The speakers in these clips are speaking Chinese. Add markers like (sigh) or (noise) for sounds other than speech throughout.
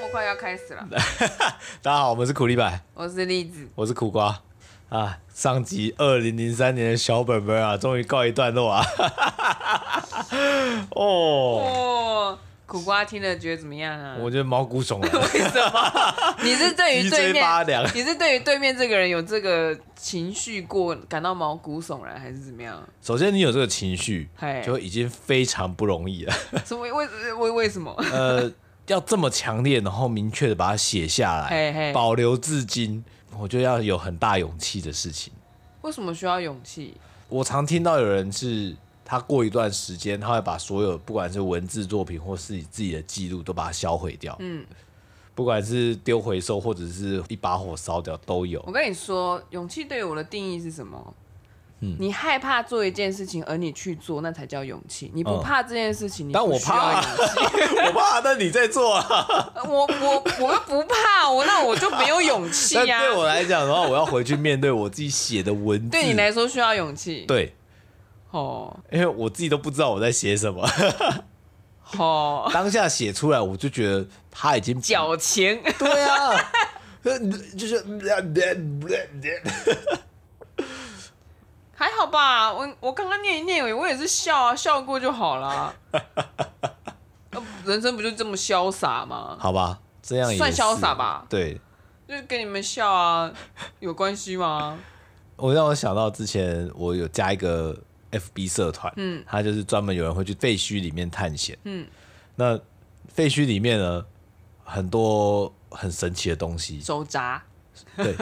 目快要开 (laughs) 始了，大家好，我们是苦力白，我是栗子，我是苦瓜啊。上集二零零三年的小本本啊，终于告一段落啊。哦，哦，苦瓜听了觉得怎么样啊？ (laughs) 我觉得毛骨悚然。 (laughs) 为什 (laughs) 么？你是对脊于对椎发面凉，你是对于对面这个人有这个情绪过，感到毛骨悚然，还是怎 (laughs) 么样？首先，你有这个情绪嘿，就已经非常不容易了。什么为为为什么？呃，要这么强烈，然后明确的把它写下嘿来，嘿保留至今，我觉得要有很大勇气的事情。为什么需要勇气？我常听到有人是他过一段时间，他会把所有不管是文字作品或是自己的记录都把它销毁掉，嗯，不管是丢回收或者是一把火烧掉都有我。跟你说，勇气对我的定义是什么？嗯你害怕做一件事情，而你去做，那才叫勇气。你不嗯怕这件事情，你但不我需要怕勇啊， (laughs) 我怕，但你在做 (laughs) 啊。我我我又不怕，我那我就没有勇气 (laughs) 啊但呀、对我来讲的话，我要回去面对我自己写的文字。对你来说需要勇气。，对，哦因为我自己都不知道我在写什么， (laughs) 哦，当下写出来，我就觉得他已经矫情。 (laughs) 对啊， (laughs) 呃就是 (laughs) (laughs) 还好吧，我我刚刚念一念，我也是笑啊，笑过就 (laughs) 好啦。呃人生不就这么潇洒吗？好吧，这样也算是潇洒吧对，就是跟你们笑啊，有关系吗？我让我想到之前我有加一个 FB 社团，嗯，它就是专门有人会去废墟里面探险，嗯，那废墟里面呢很多很神奇的东西，手札， (laughs) 对，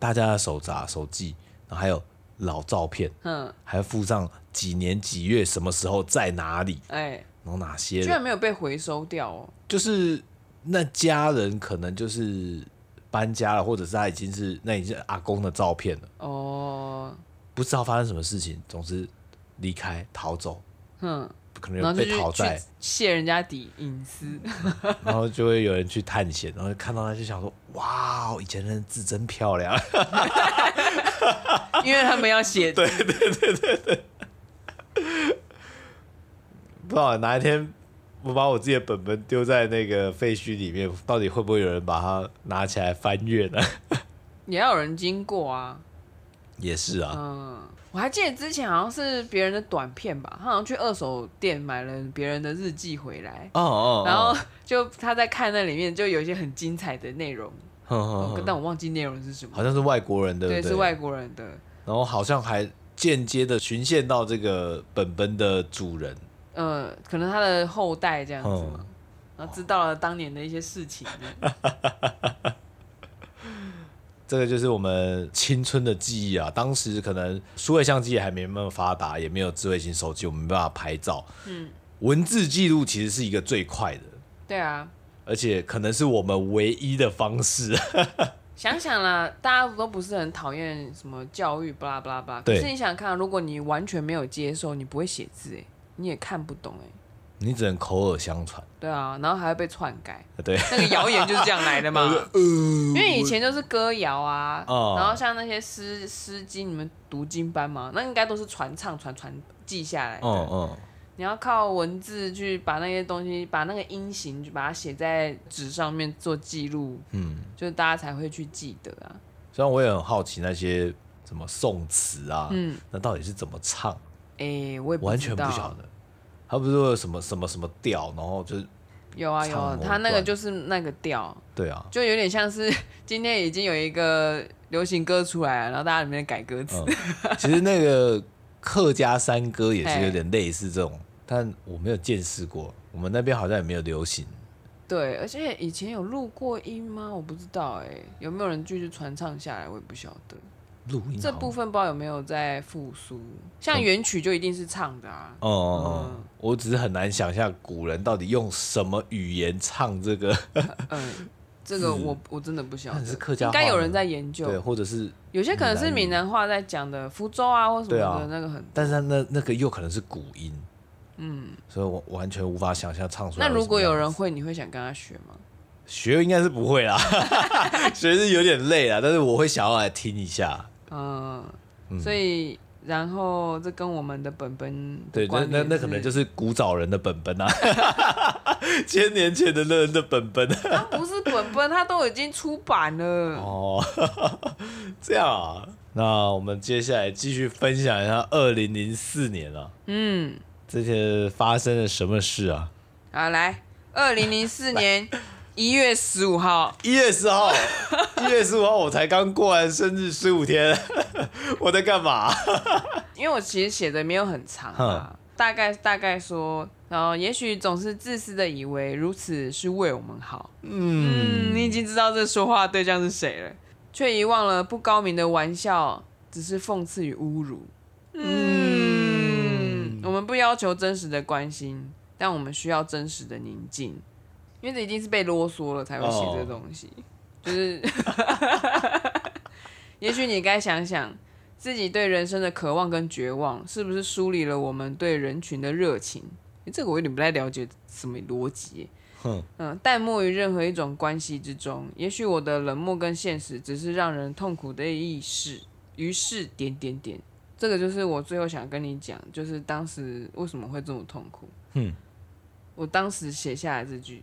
大家的手札、手记，然后还有老照片，嗯，还附上几年几月什么时候在哪里，哎、然后哪些居人然没有被回收掉哦。就是那家人可能就是搬家了，或者是他已经是那已经是阿公的照片了，哦，不知道发生什么事情，总之离开逃走，哼，可能然后有就被去讨债去，泄人家底隐私。 (laughs) 然后就会有人去探险，然后看到他就想说：哇，以前人字真漂亮。 (laughs) 因为他们要写，不知道哪一天我把我自己的本本丢在那个废墟里面，到底会不会有人把它拿起来翻阅呢？ (laughs) 也要有人经过啊。也是啊，嗯，我还记得之前好像是别人的短片吧，他好像去二手店买了别人的日记回来，哦哦，嗯然后 (laughs) 就他在看那里面就有一些很精彩的内容， (laughs) 哼哼但哼我忘记内容是什么哦好。像是外国人，对不对，是外国人的，然后好像还间接的循线到这个本本的主人。呃，可能他的后代这样子嘛嗯，然后知道了当年的一些事情。这个就是我们青春的记忆啊！当时可能数位相机也还没那么发达，也没有智慧型手机，我们没办法拍照。嗯，文字记录其实是一个最快的， (laughs) 对啊，而且可能是我们唯一的方式。 (laughs) 想想啦，大家都不是很讨厌什么教育，巴拉巴拉巴拉。可对是你想想看，如果你完全没有接受，你不会写字，哎，你也看不懂，哎，你只能口耳相传。对啊，然后还会被篡改。 (laughs) 对，那个谣言就是这样来 (laughs) 的嘛。嗯因为以前就是歌谣啊，哦然后像那些诗诗经，你们读经班嘛，那应该都是传唱传传记下来的。嗯嗯，你要靠文字去把那些东西，把那个音形，就把它写在纸上面做记录，嗯，就是大家才会去记得啊。虽然我也很好奇那些什么宋词啊，嗯那到底是怎么唱，哎、我也不完全不知道晓得。他不是说有什么什么什么调，然后就是有啊有唱啊某，一他那个段就是那个调，对啊，就有点像是 (laughs) 今天已经有一个流行歌出来了，然后大家里面改歌词。嗯，其实那个客家山歌也是有点类似这种，但我没有见识过，我们那边好像也没有流行。对，而且以前有录过音吗？我不知道哎、有没有人继续传唱下来？我也不晓得。录音这好部分不知道有没有在复苏，像原曲就一定是唱的啊。哦哦哦嗯，我只是很难想象古人到底用什么语言唱这个，嗯，这个我我真的不晓那是得，客家应该话有吗人在研究对，。或哦者是有些可能是闽闽南话在讲的，福州啊或什么对啊的那个很。但是它那那个又可能是古音，嗯，所以我完全无法想象唱出来那会怎么样。如果有人会，你会想跟他学吗？学，应该是不会啦， (laughs) 学是有点累啦，但是我会想要来听一下。嗯，所以然后这跟我们的本本的对，那关那联那可能就是古早人的本本啊， (laughs) 千年前的人的本 (laughs) 本它不是本本，它都已经出版了。哦， (laughs) 这样啊。那我们接下来继续分享一下二零零四年啊，嗯，这些发生了什么事啊？好，来，二零零四年一月十五号，一月十 (laughs) 号，一月十五号我才刚过完生日十五天， (laughs) 我在干嘛？因为我其实写的没有很长啊，大概大概说，然后也许总是自私的以为如此是为我们好，嗯，你已经知道这说话对象是谁了，却遗忘了不高明的玩笑只是讽刺与侮辱，嗯，我们不要求真实的关心，但我们需要真实的宁静，因为这一定是被啰嗦了才会写这东西，就是，也许你该想想。自己对人生的渴望跟绝望，是不是梳理了我们对人群的热情？诶这个我有点不太了解什么逻辑耶。哼嗯，淡漠于任何一种关系之中，也许我的冷漠跟现实只是让人痛苦的意识。于是点点点，这个就是我最后想跟你讲，就是当时为什么会这么痛苦。嗯，我当时写下来这句，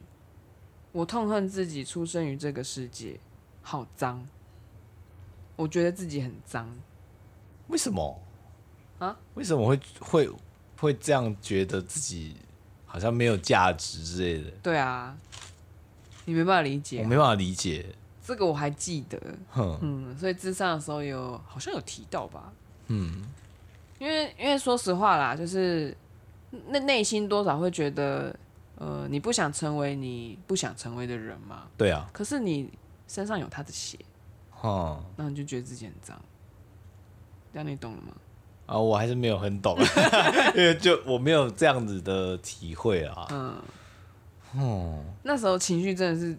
我痛恨自己出生于这个世界，好脏。我觉得自己很脏。为什么啊？为什么会会会这样觉得自己好像没有价值之类的？对啊，你没办法理解我啊、没办法理解。这个我还记得，哼，嗯，所以智商的时候有好像有提到吧，嗯，因为因为说实话啦，就是那内心多少会觉得，呃，你不想成为你不想成为的人嘛，对啊，可是你身上有他的血，哼那你就觉得自己很脏，这样你懂了吗？啊，我还是没有很懂，因为就我没有这样子的体会啊。嗯，那时候情绪真的是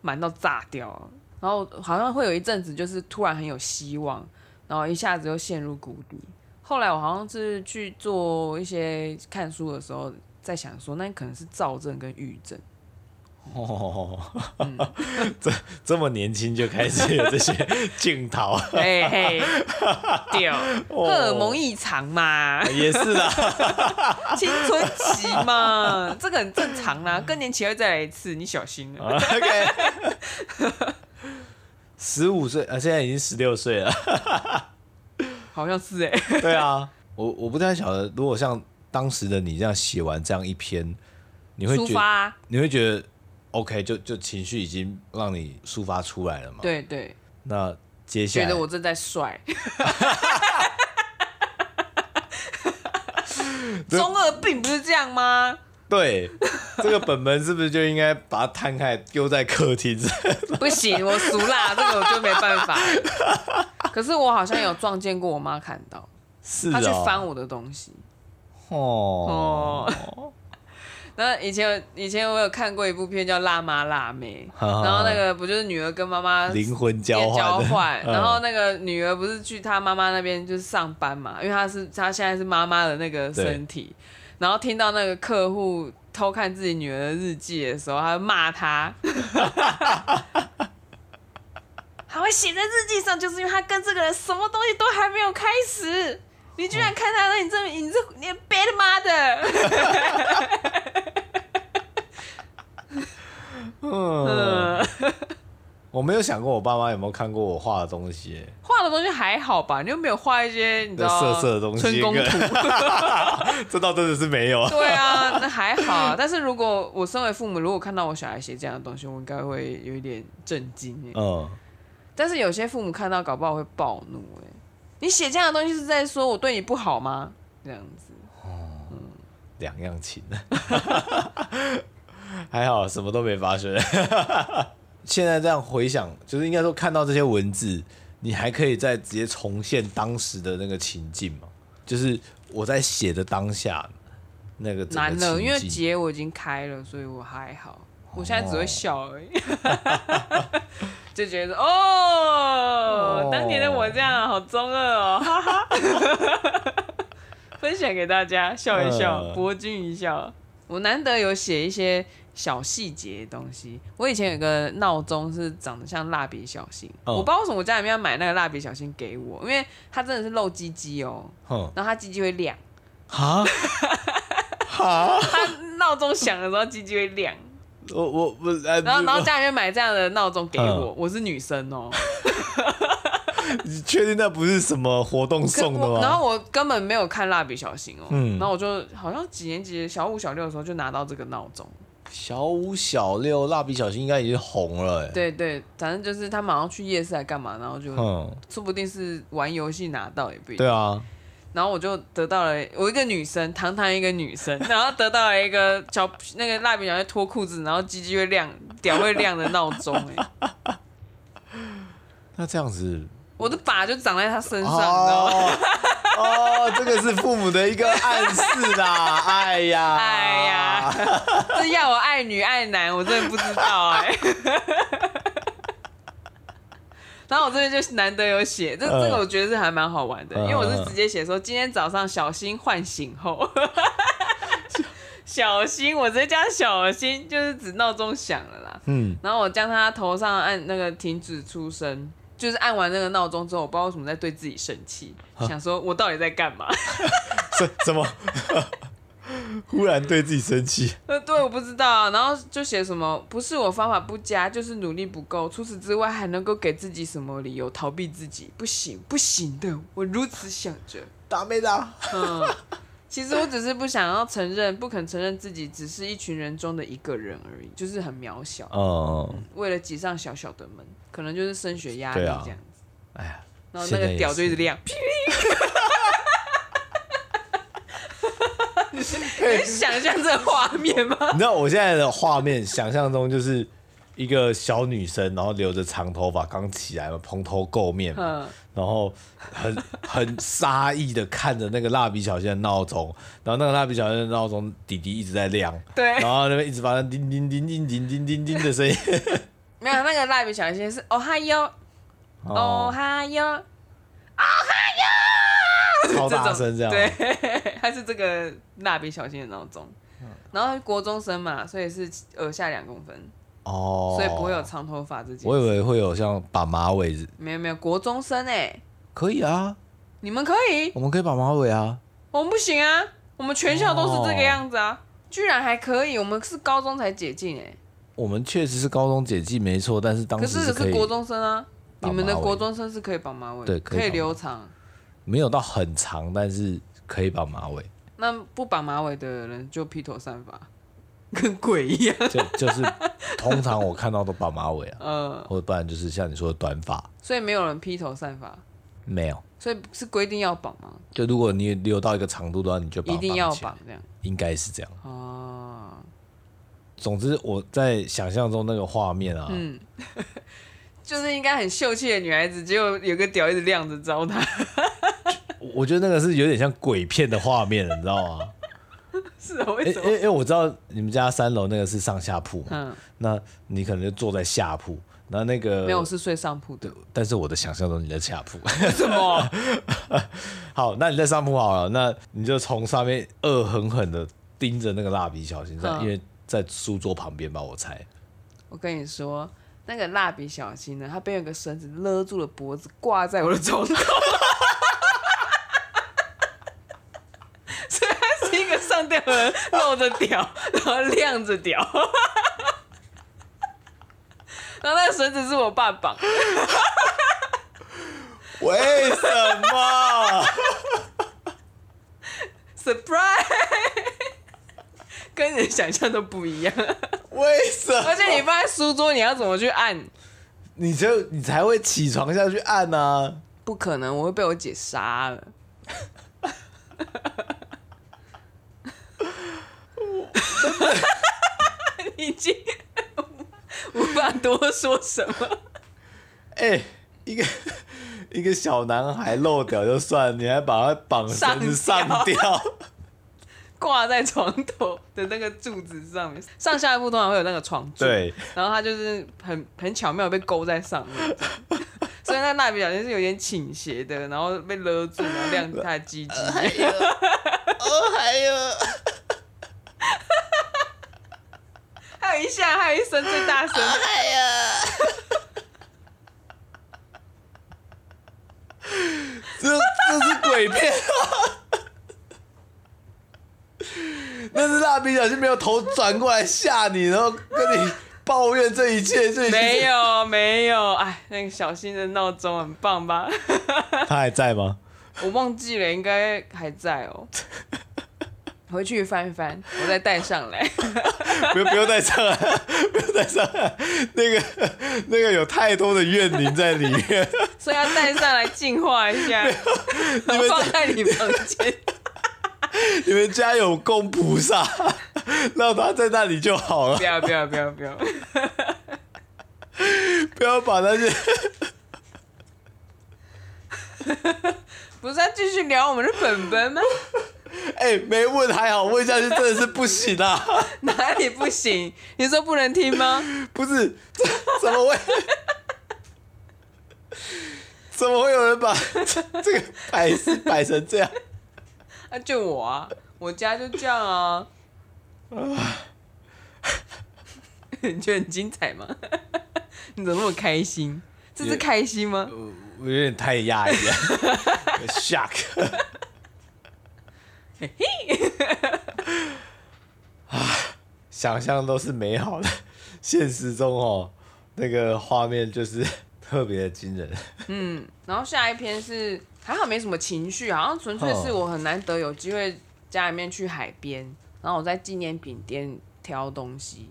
满到炸掉啊，然后好像会有一阵子就是突然很有希望，然后一下子又陷入谷底。后来我好像是去做一些看书的时候，在想说，那可能是躁症跟 (laughs) 郁症。哦，这这么年轻就开始有这些镜头，嘿哎嘿，对， (laughs) 荷尔蒙哦异常嘛，也是啦。青春期嘛，这个很正常 (laughs) 啦、更年期会再来一次，你小心啊了。 OK，十五岁啊，现在已经十六岁了。好像是哎、对啊，我我不太晓得，如果像当时的你这样写完这样一篇，你会抒觉发啊，你会觉得 OK，就就情绪已经让你抒发出来了嘛？对对，那接下觉来得我正 (laughs) 在帅。中二病不是这样吗？对这个本本是不是就应该把它摊开丢在客厅？ (laughs) 不行，我俗啦，这个我就没办法。可是我好像有撞见过我妈看到，是她去哦，翻我的东西。哦，哦，那以前有以前我有看过一部片叫《辣妈辣妹》，哈然后那个不就是女儿跟妈妈灵魂交交换，(laughs) 换，嗯然后那个女儿不是去她妈妈那边就是上班嘛，因为她是她现在是妈妈的那个身体，然后听到那个客户偷看自己女儿的日记的时候，她就 (laughs) 骂她。还会写在日记上，就是因为她跟这个人什么东西都还没有开始，你居然看他，那你这你这你 bad (laughs) mother，嗯，嗯， (laughs) 我没有想过我爸妈有没有看过我画的东西、欸画的东西还好吧，你又没有画一些你知道那色色的东西春宫跟图， (laughs) 这倒真的是没有啊。 (laughs) 对啊，那还好。但是如果我身为父母，如果看到我小孩写这样的东西，我应该会有一点震惊耶。嗯，但是有些父母看到，搞不好会暴怒哎。你写这样的东西是在说我对你不好吗？这样子，两样情， (laughs) 还好什么都没发生。 (laughs) 现在这样回想，就是应该说看到这些文字，你还可以再直接重现当时的那个情境嘛？就是我在写的当下那个整个难了，情因为境结我已经开了，所以我还好。我现在只会笑而已，哦 (laughs) 就觉得哦，当年的我这样好中二哦， (laughs) 哈哈。分享给大家，笑一笑，嗯博君一笑。我难得有写一些小细节的东西。我以前有个闹钟是长得像蜡笔小新，嗯我不知道为什么我家里面要买那个蜡笔小新给我，因为它真的是露鸡鸡哦，哼然后它鸡鸡会亮。啊 (laughs) 哈，他闹钟响的时候鸡鸡会亮，我我我，呃然后然后 (laughs) 家里面买这样的闹钟给嗯我，我是女生哦、你确定那不是什么活动可 (laughs) 送的我吗？然后我根本没有看蜡笔小新哦、嗯然后我就好像几年级小五小六的时候就拿到这个闹钟，嗯小五、小六，蜡笔小新应该已经红了、欸，，对对，反正就是他马上去夜市来干嘛，然后就嗯，说不定是玩游戏拿到也不一定。对啊，然后我就得到了我一个女生，堂堂一个 (laughs) 女生，然后得到了一个小那个蜡笔小新脱裤子，然后鸡鸡会亮、屌会亮的闹钟、哎，那这样子，我的靶就长在他身上，你知道吗？哦哦，这个是父母的一个暗示 (laughs) 啦，哎呀，哎呀， (laughs) 这要我爱女爱男，我真的不知道哎、 (laughs) 然后我这边就难得有写，这嗯这个我觉得是还蛮好玩的，嗯因为我是直接写说今天早上小心唤醒 (laughs) 后，小心，我直接加小心，就是指闹钟响了啦。嗯，然后我将他头上按那个停止出声，就是按完那个闹钟之后，我不知道为什么在对自己生气，嗯想说我到底在干嘛？什什么？ (laughs) 忽然对自己生气，呃，对，我不知道啊。然后就写什么，不是我方法不佳，就是努力不够。除此之外，还能够给自己什么理由逃避自己？不行，不行的，我如此想着。打没打？嗯， (laughs) 其实我只是不想要承认，不肯承认自己只是一群人中的一个人而已，就是很渺小。嗯，为了挤上小小的门，可能就是升学压力对啊这样子。哎呀，然后那现在个也屌就一直 (laughs) 亮， (laughs) 嘿你想象这个画面吗？你知道我现在的画面想象中就是一个小女生，然后留着长头发，刚起来嘛，蓬头垢面嘛，嗯，然后很很 (laughs) 杀意的看着那个蜡笔小新的闹钟，然后那个蜡笔小新的闹钟滴滴一直在亮，对然后那边一直发生叮叮叮叮叮叮叮叮的声音，没有那个蜡笔小新是哦嗨哟， (laughs) 哦，嗨哟。超这大种声这样，对， (laughs) 它是这个蜡笔小新的闹钟。然后他是国中生嘛，所以是耳下两公分，哦，所以不会有。长头发这件我事。以为会有像把马尾，没有没有，国中生哎、可以啊，你们可以，我们可以把马尾啊，我们不行啊，我们全校都是这个样子哦啊，居然还可以，我们是高中才解禁哎、我们确实是高中解禁没错，但是当可时是可是以国中生啊，绑你们的马尾国中生是可以绑马尾，对可以可以绑留长。没有到很长，但是可以把马尾，那不绑马尾的人就披头散发，跟鬼一样。就就是通常我看到都把马尾啊，呃，或不然就是像你说的短发，所以没有人披头散发，没有。所以是规定要绑吗？就如果你留到一个长度的话，你就把它一定要起来绑，这样应该是这样。哦，总之我在想象中那个画面啊，嗯，就是应该很秀气的女孩子，结果有个屌一直亮着招她，我我觉得那个是有点像鬼片的画面，你知道 (laughs) 吗？是哦，为因什因么？因为我知道你们家三楼那个是上下铺嘛，嗯，那你可能就坐在下铺，然后那个没有，我是睡上铺的， (laughs) 但是我的想象中你在下铺。 (laughs) 为什么？好，那你在上铺好了，那你就从上面恶狠狠的盯着那个蜡笔小新，在、嗯因为在书桌旁边吧，我 (laughs) 猜。我跟你说，那个蜡笔小新呢，他被有个绳子勒住了脖子，挂在我的床头。 (laughs) 所以他是一个上吊的人，露着屌， (laughs) 然后亮着屌， (laughs) 然后那个绳子是我爸绑的为什么？ surprise，跟你的想象都不一样。为什么？而且你放在书桌，你要怎么去按？你就你才会起床下去按啊！不可能，我会被我姐杀了。 (laughs) 你已经无法多说什么。哎、一个 (laughs) 一个小男孩漏掉就算了，你还把他绑绳子上上 (laughs) 吊，挂在床头的那个柱子上面，上下一步通常会有那个床柱， (laughs) 对，然后它就是很很巧妙被勾在上面，所以那蜡笔小新是有点倾斜的，然后被勒住，然后亮他的鸡鸡，呃哦，还有，还有一下，还有一声最大声，哎呀， (laughs) 这这是鬼片、啊，那是蜡笔小新没有头转过来吓你，然后跟你抱怨这一切，这一切没有没有，哎，那个小新的闹钟很棒吧？ (laughs) 他还在吗？我忘记了，应该还在哦。回去翻一翻，我再带上来。 (laughs) 不用不用带上来， (laughs) 不用带上来，那个那个有太多的怨灵在里面， (laughs) 所以要带上来净化一下，你们放在你房间。 (laughs) 你们家有供菩萨，让他在那里就好了不，要不要不要不要！不要把那些不是要继续聊我们的本本吗？哎、没问还好，问下去真的是不行啊！ (laughs) (laughs) 哪里不行？你说不能听吗？不是，这怎么会？怎么会有人把 (laughs) 这这个摆是摆成这样？啊，就我啊，我家就这样啊。 (laughs) 你觉得很精彩吗？ (laughs) 你怎么那么开心？这是也开心吗？我我有点太压抑了，shock。想象都是美好的，现实中哦，那个画面就是特别的惊人。然后下一篇是还好没什么情绪，好像纯粹是我很难得有机会家里面去海边，然后我在纪念品店挑东西，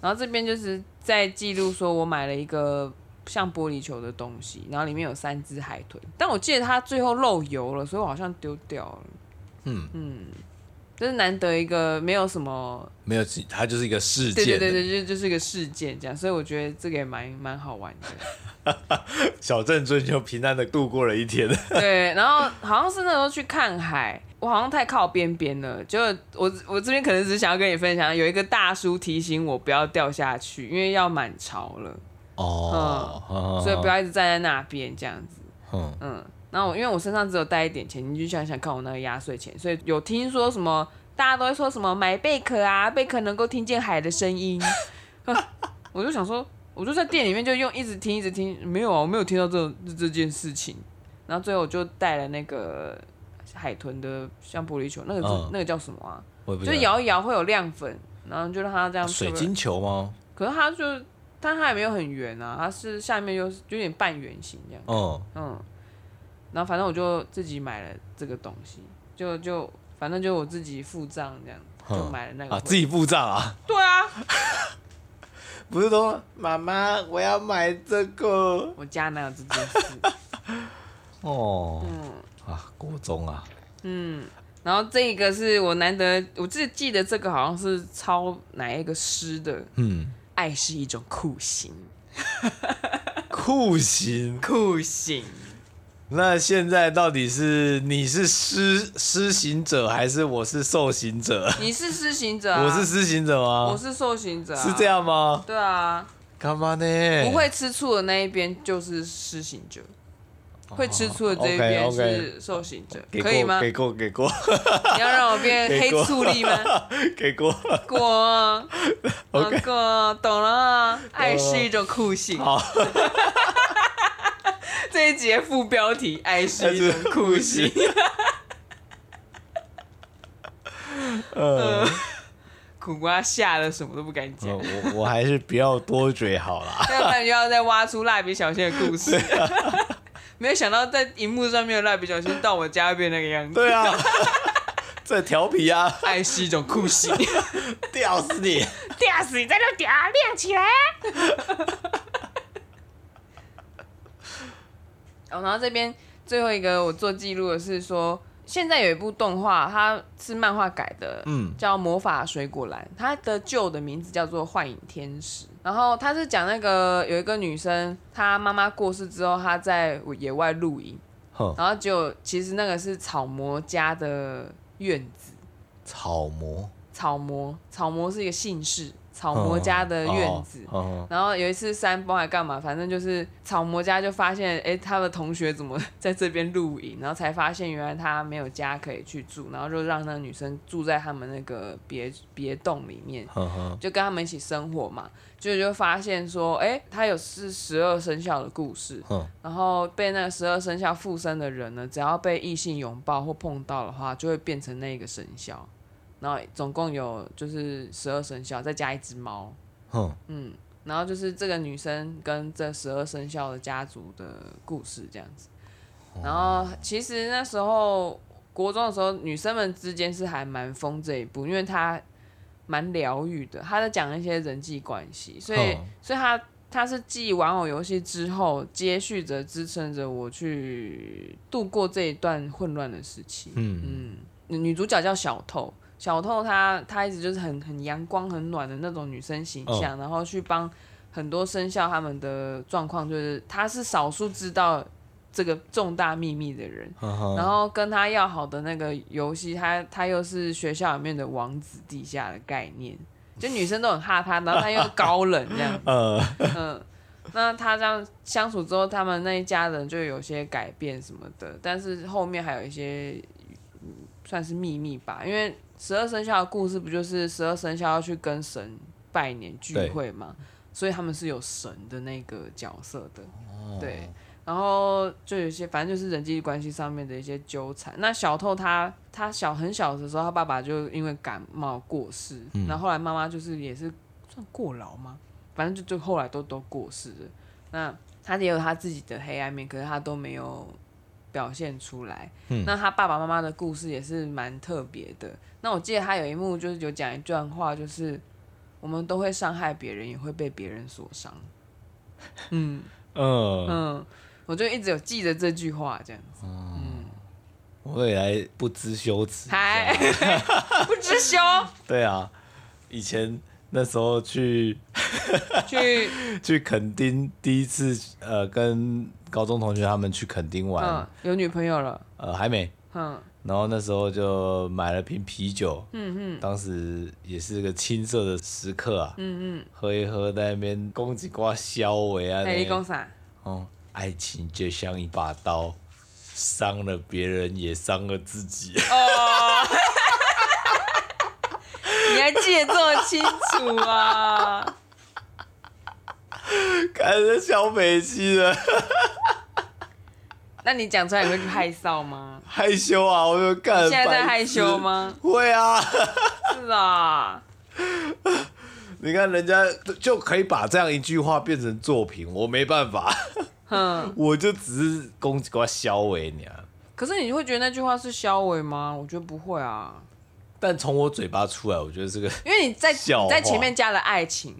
然后这边就是在记录说我买了一个像玻璃球的东西，然后里面有三只海豚，但我记得它最后漏油了，所以我好像丢掉了。嗯嗯，就是难得一个没有什么没有，它就是一个事对件，对对对，就就是个事件这样，所以我觉得这个也蛮蛮好玩的。小镇春就平安的度过了一天。对，然后好像是那时候去看海，我好像太靠边边了，就我我这边可能只是想要跟你分享，有一个大叔提醒我不要掉下去，因为要满潮了，哦所以不，要一直站在那边这样子。嗯，嗯，然后我因为我身上只有带一点钱，你就想想看我那个压岁钱，所以有听说什么，大家都会说什么买贝壳啊，贝壳能够听见海的声音， (laughs) 我就想说，我就在店里面就用一直听一直听，没有啊，我没有听到这种这这件事情，然后最后我就带了那个海豚的像玻璃球，那个是、嗯那个叫什么啊？我也嗯不就知道摇一摇会有亮粉，然后就让它这样水晶球吗？可是它就但它也没有很圆啊，它是下面又是有点半圆形这样。嗯，嗯，然后反正我就自己买了这个东西，就就反正就我自己付账这样，就嗯买了那个回。啊，自己付账啊，对啊，不是说妈妈我要买这个我家哪有这件事？哦，嗯啊，国中啊，然后这个是我难得，我自己记得这个好像是抄哪一个诗的，嗯，爱是一种酷刑，酷刑。啊酷刑。那现在到底是你是施施行者还是我是受刑者？你是施行者、啊，我是施行者我吗？是受刑者、啊，是这。样哎吗？对啊，干嘛呢？不会吃醋的那一边就是施行者，会吃醋的这哦一 OK，边 OK 是受刑者，给过，可以吗？给过，给过， (laughs) (laughs) 你要让我变黑给过醋 (laughs) 栗吗？给过。过啊， OK 啊过，懂了啊。爱是一种酷刑。好 (laughs) 这一节副标题“爱是一种酷刑”， (laughs) 嗯呃，苦瓜吓得什么都不敢 (laughs) 讲，我我还是不要多嘴好啦。要不然就要再挖出蜡笔小新的故事。啊 (laughs) 没有想到在荧幕上面的蜡笔小新到我家会变那个样子。对啊， (laughs) 这调皮啊，爱是一种酷刑，吊死 (laughs) 你！吊死你在那屌啊，亮起来啊！ (laughs) 哦，然后这边最后一个我做记录的是说，现在有一部动画，它是漫画改的，嗯叫《魔法水果篮》，它的旧的名字叫做《幻影天使》。然后它是讲那个有一个女生，她妈妈过世之后，她在野外露营，哼，然后就其实那个是草魔家的院子，草魔，草魔草魔是一个姓氏，草魔家的院子。哦，然后有一次山崩还干嘛，反正就是草魔家就发现，哎，他的同学怎么在这边露营，然后才发现原来他没有家可以去住，然后就让那个女生住在他们那个别别栋里面，哼哼，就跟他们一起生活嘛，就就发现说，哎，他有是十二生肖的故事，哼，然后被那个十二生肖附身的人呢，只要被异性拥抱或碰到的话，就会变成那个生肖。然后总共有就是十二生肖，再加一只猫，哼，嗯，然后就是这个女生跟这十二生肖的家族的故事这样子。然后其实那时候国中的时候，女生们之间是还蛮疯这一部，因为她蛮疗愈的，她在讲一些人际关系，所以嗯所以她她是继玩偶游戏之后，接续着支撑着我去度过这一段混乱的时期。嗯女女主角叫小透，小透她她一直就是很很阳光、很暖的那种女生形象，然后去帮很多生肖他们的状况，就是她是少数知道这个重大秘密的人。哼哼，然后跟她要好的那个游戏，她她又是学校里面的王子地下的概念，就女生都很怕她，然后她又高冷这样呃， (laughs) 嗯，那她这样相处之后，他们那一家人就有些改变什么的，但是后面还有一些嗯算是秘密吧，因为十二生肖的故事不就是十二生肖要去跟神拜年聚对会嘛，所以他们是有神的那个角色的，对。然后就有一些，反正就是人际关系上面的一些纠缠。那小透他他小很小的时候，他爸爸就因为感冒过世，然后后来妈妈就是也是算过劳吗？反正就就后来都都过世了。那他也有他自己的黑暗面，可是他都没有表现出来。嗯那他爸爸妈妈的故事也是蛮特别的。那我记得他有一幕就是有讲一段话，就是我们都会伤害别人，也会被别人所伤。嗯。嗯，嗯，我就一直有记着这句话，这样子，我也来不知羞耻一下。还 (laughs) 不知羞对啊，以前那时候去去，去垦丁，第一次呃跟高中同学他们去垦丁玩，嗯，有女朋友了，呃还没，嗯，然后那时候就买了瓶啤酒，嗯嗯，当时也是个青涩的时刻啊，嗯嗯，喝一喝在那边攻几瓜消维啊，哎，你那讲啥？哦，爱情就像一把刀，伤了别人也伤了自己， (laughs) 哦， (laughs) 你还记得这么清楚啊？看着小美西的那你讲出来你会害臊吗？ (laughs) 害羞啊，我就看现在在白害痴羞？吗？会啊。 (laughs) 是啊，你看人家就可以把这样一句话变成作品，我没办法， (laughs) 嗯，我就只是攻击瓜消维你啊。可是你会觉得那句话是消委吗？我觉得不会啊，但从我嘴巴出来，我觉得这个 (laughs) 因为你在笑话你在前面加了爱情，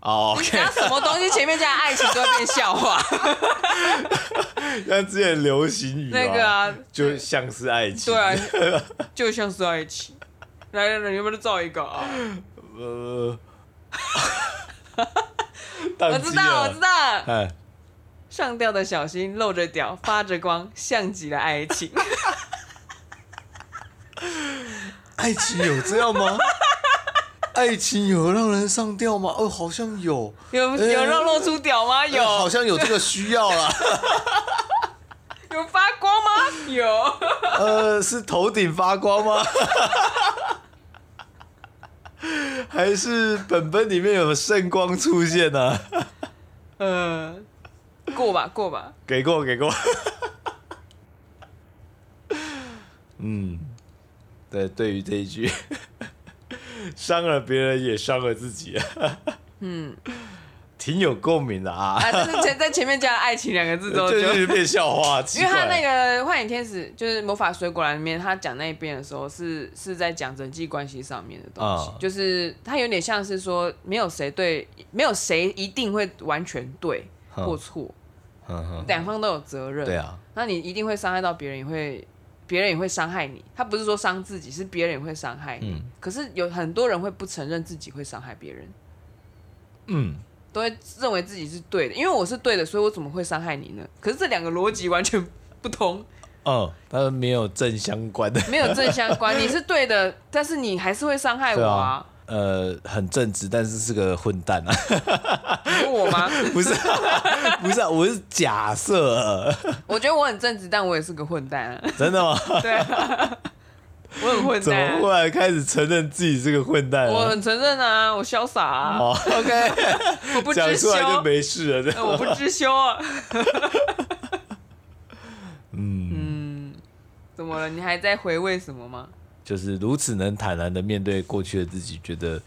哦你只 (laughs) ，OK，啊要什么东西前面加了爱情就会变 (laughs) 笑话。像之前流行语那个啊，就像是爱情，对啊，就像是爱情。来来来，你要不要造一个啊？呃，我我知道，我知，道，哎，上吊的小心露着屌，发着光，像极了爱情。爱情有这样吗？爱情有让人上吊吗？哦，好像有，有 (laughs) 呃有让露出屌 (laughs) 吗？有好像有这个需要啦。有发光吗？ (laughs) 有。呃，是头顶发光吗？还是本本里面有圣光出现啊呢、呃，嗯过吧过吧。给过，给过。 (laughs) 嗯，对，对于这一句， (laughs) 伤了别人也伤了自己。嗯， (laughs) 挺有共鸣的啊，啊，但是 (laughs) 前在前面加了爱情两个 (laughs) 字之后这就。呃就是变笑话，奇因为怪。他那个《幻影天使》就是《魔法水果篮》里面，他讲那一边的时候是是在讲人际关系上面的东西，嗯就是他有点像是说，没有谁对，没有谁一定会完全对嗯或错，嗯哼，两、方都有责任。对，啊，那你一定会伤害到别人，也会别人也会伤害你。他不是说伤自己，是别人也会伤害你。嗯可是有很多人会不承认自己会伤害别人，嗯，都会认为自己是对的，因为我是对的，所以我怎么会伤害你呢？可是这两个逻辑完全 (laughs) 不通。嗯，它是没有正相关的。没有正相关，你是对的，但是你还是会伤害我啊，呃，很正直，但是是个混蛋啊！啊你问我吗？ (laughs) 不是、啊，不是、啊，我是假设，我觉得我很正直，但我也是个混蛋、啊， (laughs) 真的 (laughs) 吗？对啊，我很混怎蛋么啊、忽然开始承认自己是个混蛋我了？很承认啊，我潇洒啊，哦，OK， (laughs) 我不讲知出羞，来就没事了。这呃 (laughs) 我不知 (laughs) 羞啊，嗯，嗯怎么了？你还在回味什么吗？就是如此能坦然的面对过去的自己，觉得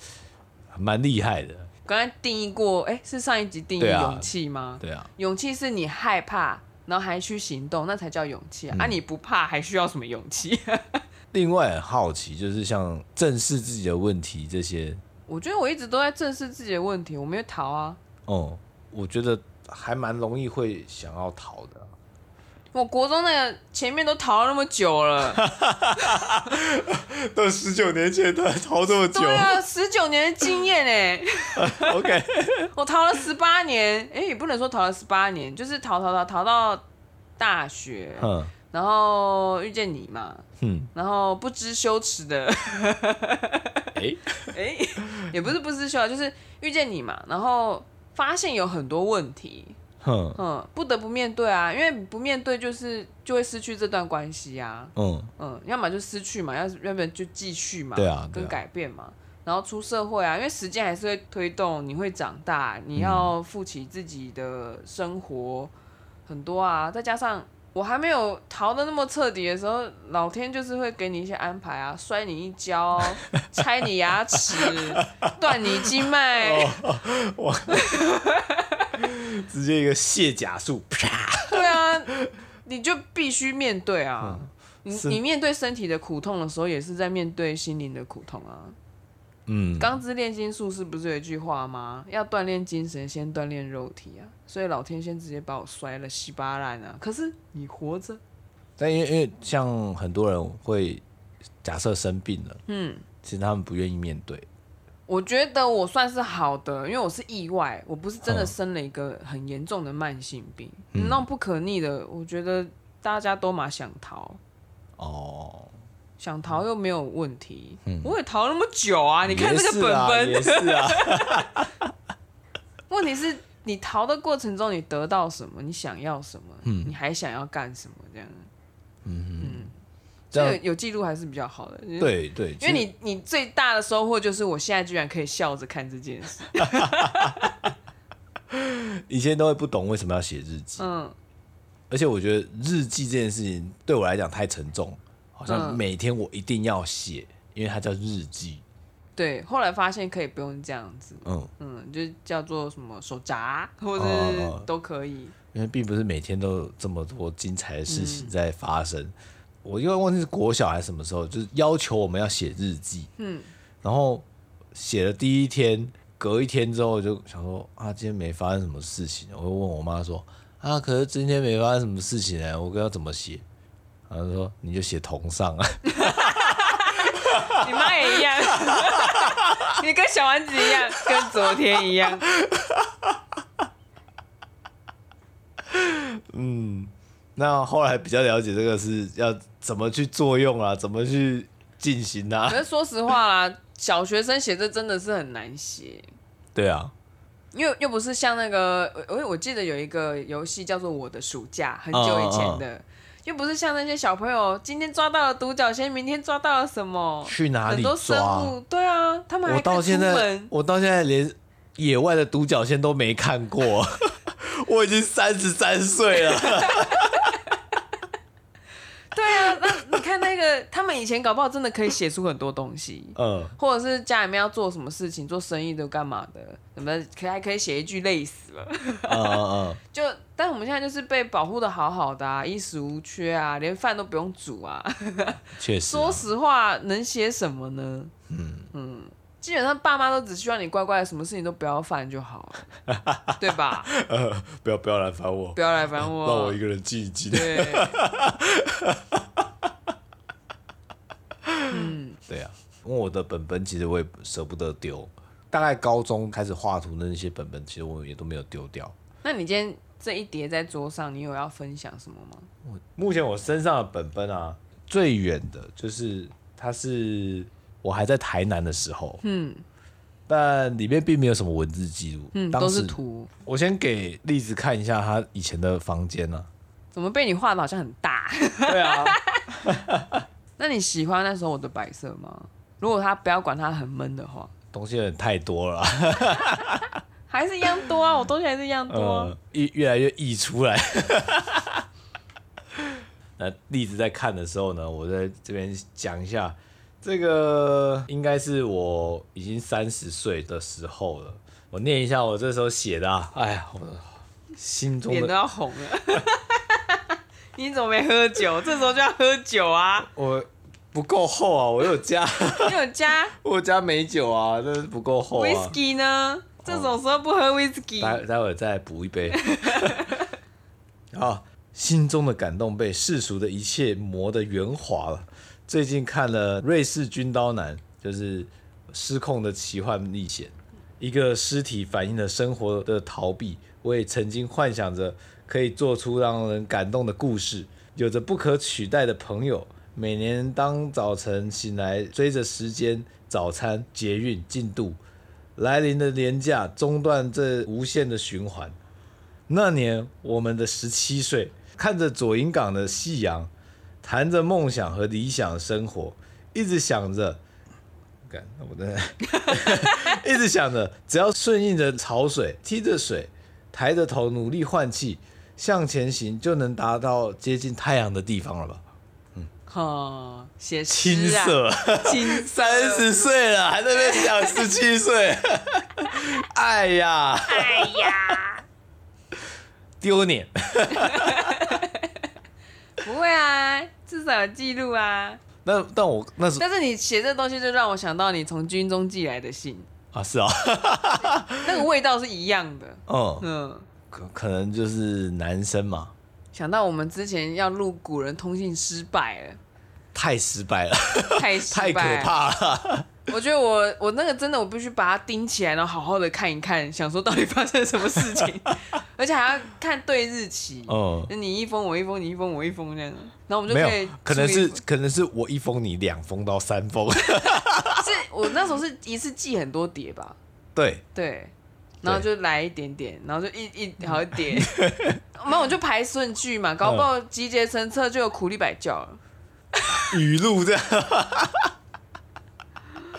蛮厉害的。刚才定义过，哎、是上一集定义对啊勇气吗？对啊，勇气是你害怕，然后还去行动，那才叫勇气啊！嗯啊，你不怕还需要什么勇气？ (laughs) 另外很好奇，就是像正视自己的问题这些，我觉得我一直都在正视自己的问题，我没有逃啊，哦、我觉得还蛮容易会想要逃的啊。我国中那个前面都逃了那么久了，都十九年前，他逃这么 (laughs) 久对啊，十九年的经验哎、 ，OK，我逃了十八年，哎、也不能说逃了十八年，就是逃逃逃逃到大学，嗯然后遇见你嘛，嗯，然后不知羞耻的，哎、 (laughs) 哎、也不是不知羞，啊就是遇见你嘛，然后发现有很多问题，哼，嗯，不得不面对啊，因为不面对就是就会失去这段关系啊，嗯嗯，要么就失去嘛，要是要不然就继续嘛，对啊对跟啊改变嘛。然后出社会啊，因为时间还是会推动，你会长大，你要负起自己的生活、很多啊。再加上我还没有逃的那么彻底的时候，老天就是会给你一些安排啊，摔你一跤，拆你牙齿，断你经脉，哦直接一个卸甲术，啪，对啊，你就必须面对啊。你嗯是你面对身体的苦痛的时候，也是在面对心灵的苦痛啊。嗯，钢之炼金术士不是有一句话吗？要锻炼精神，先锻炼肉体啊！所以老天先直接把我摔了稀巴烂啊！可是你活着，但因为因为像很多人会假设生病了，嗯，其实他们不愿意面对，我觉得我算是好的，因为我是意外，我不是真的嗯生了一个很严重的慢性病，那种不可逆的，我觉得大家都嘛想逃，哦，想逃又没有问题，我也逃那么久啊！你看这个本嗯本，也是啊，也是 (laughs) 啊问题是你逃的过程中，你得到什么？你想要什么？嗯你还想要干什么？这样。嗯这这个样有记录还是比较好的。就是，对对，其因实为你你最大的收获就是我现在居然可以笑着看这 (laughs) 件事。以前都会不懂为什么要写日记，嗯，而且我觉得日记这件事情对我来讲太沉重，好像嗯每天我一定要写，因为它叫日记，对。后来发现可以不用这样子，嗯，嗯，就叫做什么手札，或者哦哦是都可以。因为并不是每天都有这么多精彩的事情在发生。我因为忘记是国小还是什么时候，就是要求我们要写日记，嗯，然后写了第一天，隔一天之后我就想说啊，今天没发生什么事情，我就问我妈说啊，可是今天没发生什么事情呢、我该要怎么写？然后她说你就写同上啊，你妈也一样， (laughs) 你跟小丸子一样，跟昨天一样。那后来比较了解这个是要怎么去作用啊，怎么去进行啊可？是说实话啦，小学生写这真的是很难写。对啊，因为又不是像那个，我我我记得有一个游戏叫做《我的暑假》，很久以前嗯的，又不是像那些小朋友今天抓到了独角仙，明天抓到了什么，去哪很里多抓生物，对啊，他们还我可到以出现在门，，我到现在连野外的独角仙都没看过， (laughs) 我已经三十三岁了。对啊，那你看那个，他们以前搞不好真的可以写出很多东西。嗯，或者是家里面要做什么事情、做生意的干嘛的，什么可还可以写一句累死了。嗯嗯就但我们现在就是被保护的好好的啊，衣食无缺啊，连饭都不用煮啊。嗯，确实啊、说实话，能写什么呢？嗯嗯，基本上爸妈都只希望你乖乖，什么事情都不要犯 (laughs) 就好了，对吧？呃，不要不要来烦我不，要来烦我，让我一个人静一静。对，对啊，因为我的本本其实我也舍不得丢，大概高中开始画图的那些本本，其实我也都没有丢掉。那你今天这一叠在桌上，你有要分享什么吗？目前我身上的本本啊，最远的就是它是我还在台南的时候，嗯，但里面并没有什么文字记录，嗯，当都时是图，我先给栗子看一下他以前的房间啊。怎么被你画的好像很大？对啊， (laughs) (laughs) 那你喜欢那时候我的白色吗？如果他不要管他很闷的话，东西有点太多了啊，还是一样多啊，我东西还是一样多啊、呃，越越来越溢出来。 (laughs) 那栗子在看的时候呢，我在这边讲一下这个应该是我已经三十岁的时候了。我念一下我这时候写的、啊，哎呀，我心中脸都的要红了。 (laughs) 你怎么没喝酒？这时候就要喝 (laughs) 酒啊！我不够厚啊，我有加 (laughs) 你有加我有加美酒啊，真是不够厚啊。 whisky 呢？这种时候不喝 whisky，待待会儿再补一杯。 (laughs) 啊，心中的感动被世俗的一切磨得圆滑了。最近看了《瑞士军刀男》，就是《失控的奇幻历险》，一个尸体反映了生活的逃避。我也曾经幻想着可以做出让人感动的故事，有着不可取代的朋友。每年当早晨醒来，追着时间、早餐、捷运进度，来临的廉价中断这无限的循环。那年我们的十七岁，看着左营港的夕阳，谈着梦想和理想生活，一直想着，干我的， (laughs) 一直想着，只要顺应着潮水，踢着水，抬着头，努力换气，向前行，就能达到接近太阳的地方了吧？哦，写青诗啊，涩，青三十岁了，还在那边想十七岁， (laughs) 哎呀，哎呀，丢脸。不会啊，至少有记录啊。 (laughs) 那但我那时候但是你写这东西，就让我想到你从军中寄来的信，啊是啊， (laughs) 那个味道是一样的。嗯，嗯，可可能就是男生嘛，想到我们之前要录古人通信失败了，太失败了，太失太可败了。怕了。 (laughs) 我觉得我我那个真的我必须把它盯起来，然后好好的看一看，想说到底发生了什么 (laughs) 事情，而且还要看对日期。嗯，就你一封我一封，你一封我一封这样，然后我们就没可以有，可能出一是封可能是我一封你两封到三封， (laughs) 是我那时候是一次寄很多叠吧，对，对，然后就来一点点，然后就一一好一 (laughs) 叠，没有我就排顺序嘛，搞不嗯好集结成册就有苦力白叫了。语录这样。 (laughs)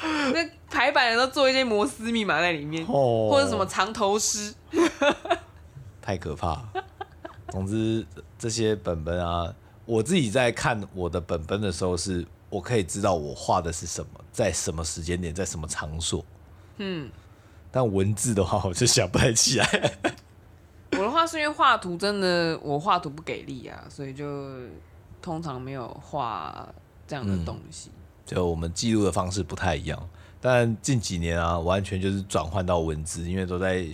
那排版的都做一些摩斯密码在里面，哦或者什么藏头诗，太可怕了。总之，这些本本啊，我自己在看我的本本的时候是，我可以知道我画的是什么，在什么时间点，在什么场所。嗯，但文字的话，我就想不太起来。我的话是因为画图真的我画图不给力啊，所以就通常没有画这样的嗯东西。就我们记录的方式不太一样，但近几年啊，完全就是转换到文字，因为都在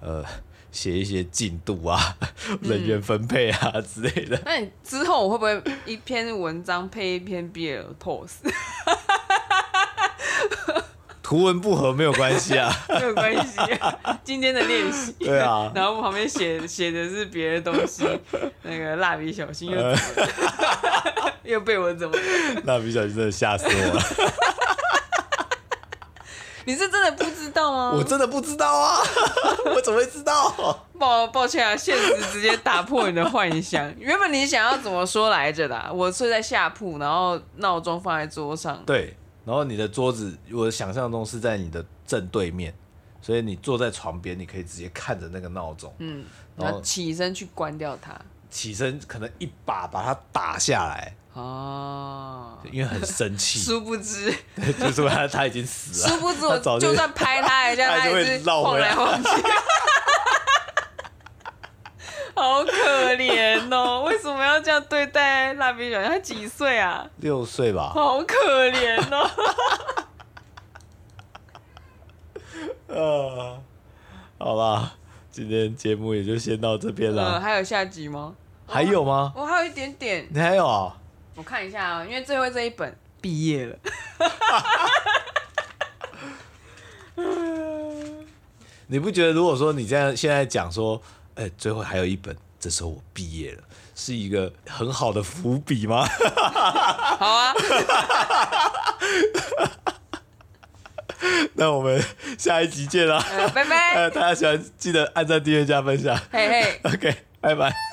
呃写一些进度啊、 (laughs) 人员分配啊、之类的。那你之后我会不会一篇文章配一篇 BL pose？ (laughs) (laughs) 图文不合没有关系 (laughs) 啊，没有关系， (laughs) 今天的练习。对啊然后旁边写写的是别的东西，那个蜡笔小新又怎么了？ (laughs) 又被我怎么了？蜡笔小新真的吓死我 (laughs) 了，你是真的不知道吗？我真的不知道啊， (laughs) 我怎么会知 (laughs) 道？抱抱歉啊，现实直接打破你的幻想。 (laughs) 原本你想要怎么说来着的啊、我睡在下铺，然后闹钟放在桌上。对，然后你的桌子，我想象中是在你的正对面，所以你坐在床边，你可以直接看着那个闹钟，嗯，然然后后起身去关掉它。起身可能一把把它打下来，哦，因为很生气。殊 (laughs) 不知，就是他他已经死了，殊不知他早我就就算拍他一 (laughs) 下，他他就会也是绕晃回来来晃去， (laughs) 好可怜哦！为什么要这样对待蜡笔小新？他几岁啊？六岁吧？好可怜哦！呃，好啦，今天节目也就先到这边嗯，了。还有下集吗？哦还有吗？我还有一点点，你还有啊？我看一下啊，因为最后这一本毕业了，你不觉得如果说你这样现在讲说，哎、最后还有一本，这时候我毕业了，是一个很好的伏笔吗？ (laughs) 好啊，那我们下一集见啦！ (laughs) 呃拜 (laughs) 拜，哎呃，大家喜欢记得按赞、订阅、加分享。嘿嘿。 OK，拜拜。